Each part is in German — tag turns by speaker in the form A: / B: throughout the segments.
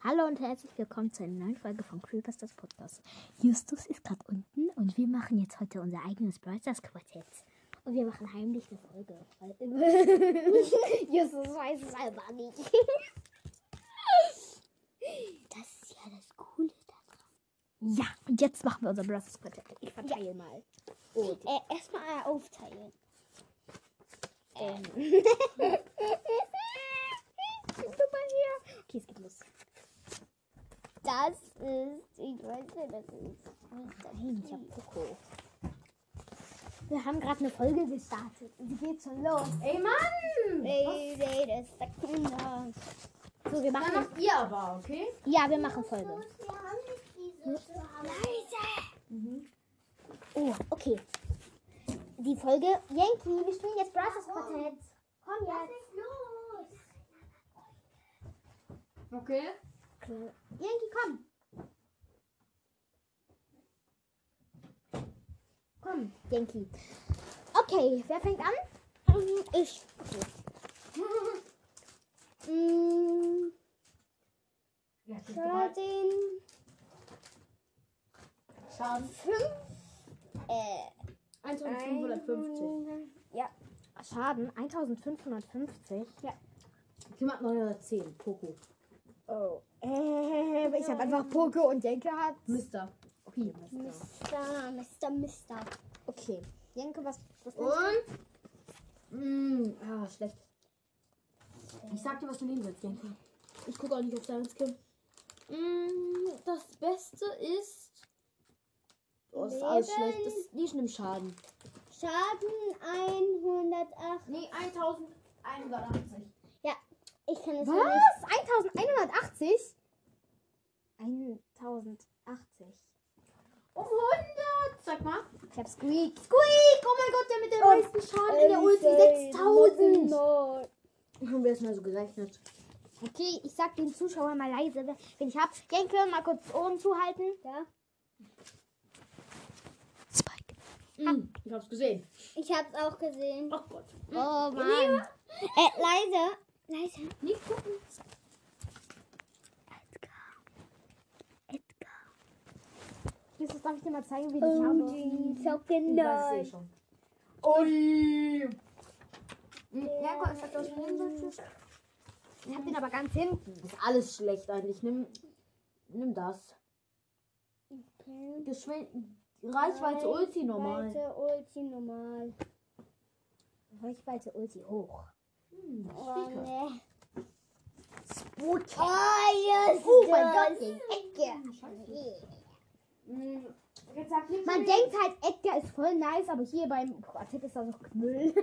A: Hallo und herzlich willkommen zu einer neuen Folge von Creepers Podcast. Justus ist gerade unten und wir machen jetzt heute unser eigenes Brothers Quartett. Und wir machen heimlich eine Folge. weil- Justus weiß es einfach nicht. das ist ja das Coole daran. Ja, und jetzt machen wir unser Brothers Quartett. Ich verteile mal. Oh,
B: Äh, erstmal aufteilen.
A: ähm. Guck mal hier. Okay, es geht los.
B: Das ist, ich weiß nicht, das ist.
A: Nein, ich hab Poco. Wir haben gerade eine Folge gestartet. Sie geht schon los. Ey, Mann!
B: Nee, nee, das ist der Kinder.
A: So, wir
C: Dann
A: machen.
C: macht ihr aber, okay?
A: Ja, wir machen Folge.
B: Wir haben nicht diese Leise!
A: Mhm. Oh, okay. Die Folge Yankee. Wir spielen jetzt Brothers Quartett.
B: Komm jetzt! los!
C: Okay.
A: Yankee, komm. Komm, Yankee. Okay, wer fängt an?
B: Ich. Mm,
C: Ja, das ist
B: Für
C: bereit.
B: den
C: Schaden.
B: äh,
C: 1550.
B: Ja.
A: Schaden 1550.
C: Kim hat 910. Poco.
A: Oh. Äh, ich habe einfach Poke und Jenke hat.
C: Mister. Okay, Mister.
B: Mister, Mister, Mister.
A: Okay. Jenke, was. was
C: Und? Mm, ah, schlecht. Ich sag dir, was du nehmen sollst, Jenke. Ich guck auch nicht auf deinen Kim. Mm, das Beste ist... Oh, das ist alles
B: Leben.
C: schlecht. Das, nee, ich nehm Schaden.
B: Schaden 108.
C: Nee, 1180.
B: Ich kann es ja nicht.
A: was? 1180? 1080.
C: Um 100! Sag mal.
A: Ich hab Squeak. Äh,
C: Squeak! Oh mein Gott, der mit der
A: Und
C: meisten Schaden in der Ulti. 6000! Haben wir das mal so gerechnet.
A: Okay, ich sag den Zuschauern mal leise, wenn ich hab. Jenke, mal kurz Ohren zuhalten.
B: Ja.
A: Spike.
C: ich hab's gesehen.
B: Ich hab's auch gesehen.
C: Ach Gott.
B: Oh Mann. Äh, leise. Leise.
C: Nicht gucken.
A: Jesus, darf ich dir mal zeigen, wie ich
C: Oh,
B: Und
A: habe?
B: die
C: Ja,
B: Zocken
C: ich seh schon. Ui! Ja, Gott, sag doch schon.
A: Ich hab den aber ganz hinten.
C: Ist alles schlecht eigentlich. Nimm, nimm das. Geschwind Reichweite Ulti normal.
B: Reichweite Ulti normal.
A: Reichweite Ulti hoch.
C: Hm,
B: Oh, nee.
C: Gut.
B: oh, yes,
A: Oh mein Gott,
B: gegen Ecke.
C: Hm, Jetzt sag nicht,
A: Man
C: nee.
A: denkt halt, Edgar ist voll nice, aber hier beim Quartett ist er noch Müll.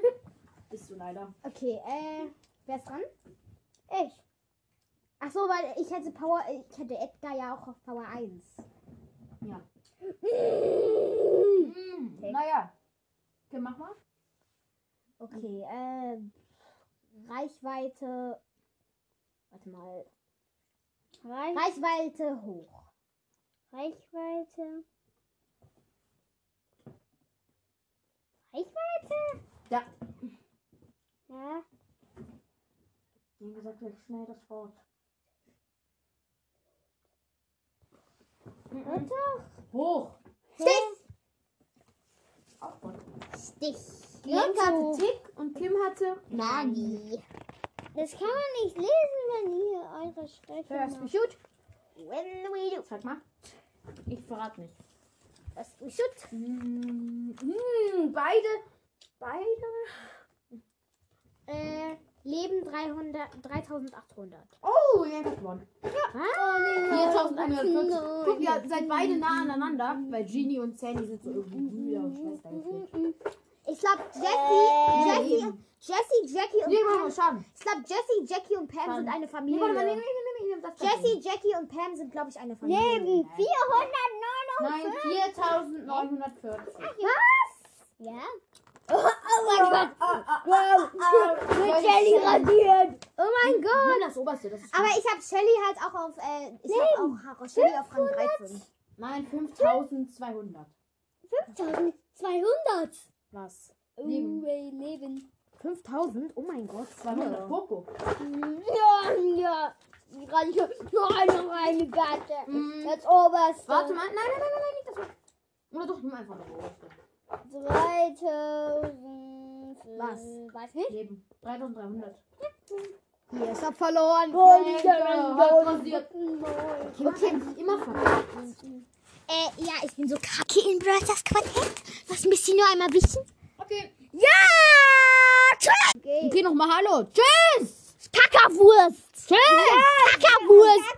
C: Bist du leider.
A: Okay, äh, wer ist dran? Ich. Ach so, weil ich hätte Power, ich hätte Edgar ja auch auf Power 1.
C: Ja. Hm, Naja. Okay, mach mal.
A: Okay, äh, Reichweite. Warte mal.
B: Reich
A: Reichweite hoch.
B: Reichweite.
A: Reichweite?
C: Ja.
B: Ja.
C: Wie gesagt, gleich schnell das Wort.
A: Mhm.
B: Und doch.
C: Hoch!
B: Stich.
C: Auch Gott.
B: Stich.
C: Jörg hatte
B: Linko.
C: Tick und Kim hatte
B: Nani. Das kann man nicht lesen, wenn ihr eure Sprecher
C: First we
B: macht.
C: shoot.
B: When we do.
C: Sag mal. Ich verrate nicht.
B: First we shoot.
C: Mm, mm, beide. Beide.
A: Äh, Leben 300, 3800.
C: Oh, ihr habt gewonnen.
B: Nein.
C: 4140. Guck, ihr seid beide nah aneinander, weil Genie und Sandy sind so irgendwie Brüder und Schwestern. gefühlt.
A: Ich glaube,
B: Äh,
A: Jackie, Jackie, Jessie, Jackie und
C: Nee, mach
A: Pam.
C: mal Schaden.
A: Ich glaube, Jessie, Jackie und Pam
C: Schaden.
A: sind eine
C: Nee, warte mal, nee, nee,
A: Familie.
C: nee, nee, nee, nee, das
A: Jessie, Jackie und Pam sind, glaube ich, eine Familie.
B: Leben 409.
C: Nein, 4940.
B: Ja.
A: Oh
C: Ah,
A: mein Gott.
B: Mit Jelly rasiert.
A: Oh mein Gott.
C: Nimm das oberste, das ist
A: Aber ich habe Shelly halt auch auf, äh, ich habe auch Shelly auf Rang 13.
C: Nein, 5200.
B: 5200.
A: Was? Ähm.
C: Leben.
B: Ui, Leben.
A: 5000? Oh mein Gott.
C: 200 Poco.
B: Ja, ja. gerade hier noch noch eine Gatte.
C: Mm.
B: Das oberste.
C: Warte mal. Nein, nein, nein, nein, nein, nicht das. oben. Oder doch, nimm einfach das oberste.
B: 3000.
C: Was?
B: Weiß nicht.
C: Leben. 3300.
B: Hier,
A: Mhm.
B: ich hab verloren.
C: Oh, Was passiert? Jemand hat sich immer verkauft.
A: Äh, ja, ich bin so kacke in Brawl Stars Quartett. Was müsst ihr nur einmal wissen?
C: Okay.
A: Ja! Tschüss!
B: Okay.
C: Okay, nochmal Hallo. Tschüss.
A: Kackerwurst! Tschüss! Kackerwurst!